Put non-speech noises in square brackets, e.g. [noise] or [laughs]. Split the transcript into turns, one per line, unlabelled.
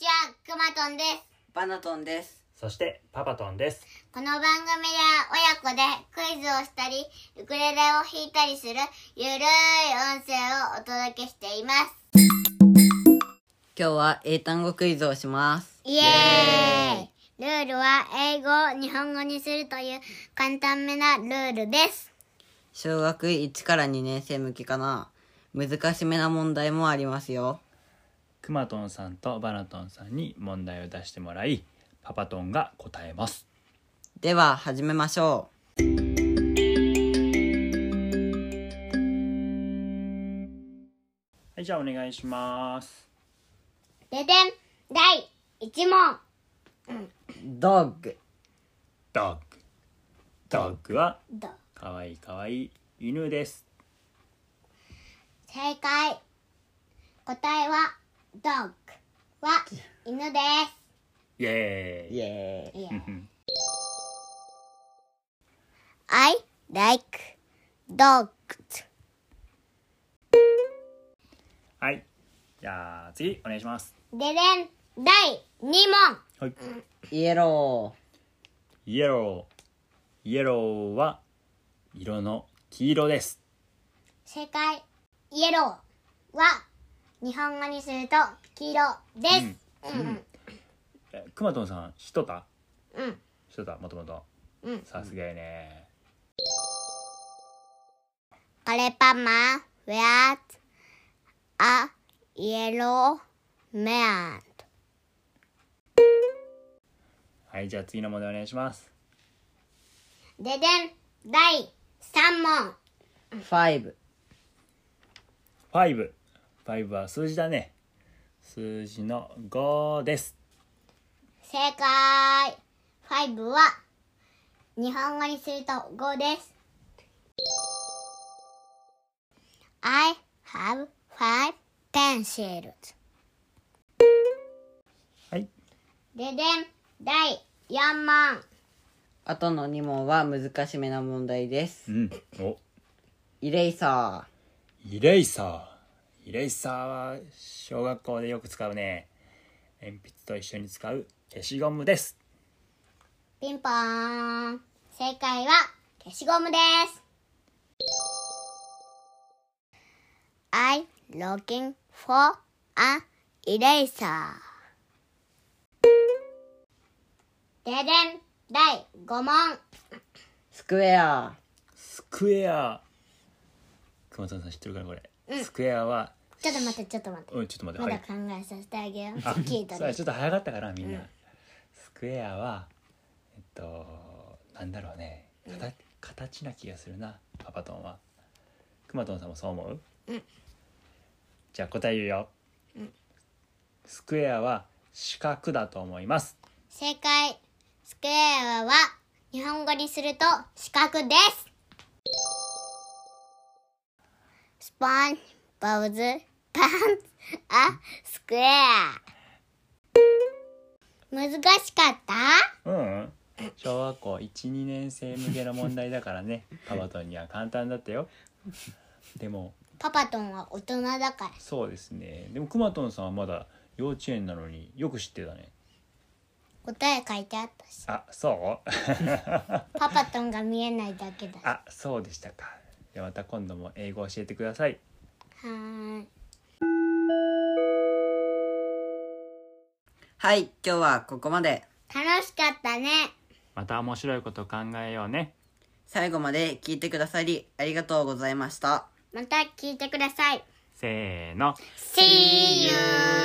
トンです
バナトンです。
そしてパパトンです。
この番組では親子でクイズをしたりウクレレを弾いたりするゆるい音声をお届けしています
今日は英単語クイズをします。
イエーイルールは英語を日本語にするという簡単めなルールです
小学1から2年生向けかな。難しめな問題もありますよ。
くまとんさんとバナトンさんに問題を出してもらい、パパトンが答えます。
では始めましょ
はい、じゃあお願いします。
ででん第1問
う。ドッグ。
ドッグ。ドッグは
ど
かわいいかわいい犬です。
正解答えはドッグは犬です
イエーイ。
イエーイ。
[laughs] I like dogs.
はい。じゃあ次お願いします。
ででん、第2問。
はい。
イエロ
イエロー。イエローは色の黄色です。
正解、イエローは日本語にすると黄色です。うん。
えくまとんさん、ひとた
うん。
ひとた、もともと。
うん
さすがやね。
カレパマ wears a yellow man.
はい、じゃあ次の問題お願いします。
ででん、第3問。
ー。ファイブ。
ファイブ。ファイブは数字だね。数字の五です。
正解、5は日本語にすると5です。I have five pencils.
はい。
ででん、第4問。
あとの2問は難しめな問題です
う。ん。お、
イレイサ
イレイサー。イレイサーは小学校でよく使うね。鉛筆と一緒に使う消しゴムです。
ピンポーン。正解は消しゴムです。I looking for a eraser. ででん、第5問。
ー。スクエア。
スクエア。熊田さん知ってるかなこれ。スクエアは、
ちょっと待って、ちょっと待って。
うん、ちょっと待っ
ま
て。は
だ考
い
えさせてあげよう。
あ
聞いた
そう
ね
だちょっと早かったからみんな、スクエアはえっとなんだろうね形,、形な気がするなパパトンはくまとんさんもそう思う、
うん
じゃあ答え言うよ、スクエアは四角だと思います
正解。スクエアは日本語にすると四角です。スポンジ、ボブズ、パンツ、あ、スクエア。難しかった
うんうん小学校12年生向けの問題だから
[laughs]
ねパパトンには簡単だったよでも
パパトンは大人だから。
そうですねでもくまとんさんはまだ幼稚園なのによく知ってたね
答え書いてあったし。
あそう
パパトンが見えないだけだし。は
あそうでしたかでまた今度も英語教えてください
ーい。
はい、今日はここまで。
楽しかったね。
また面白いこと考えようね
最後まで聞いてくださりありがとうございました。
また聞いてください。
せーの
See you!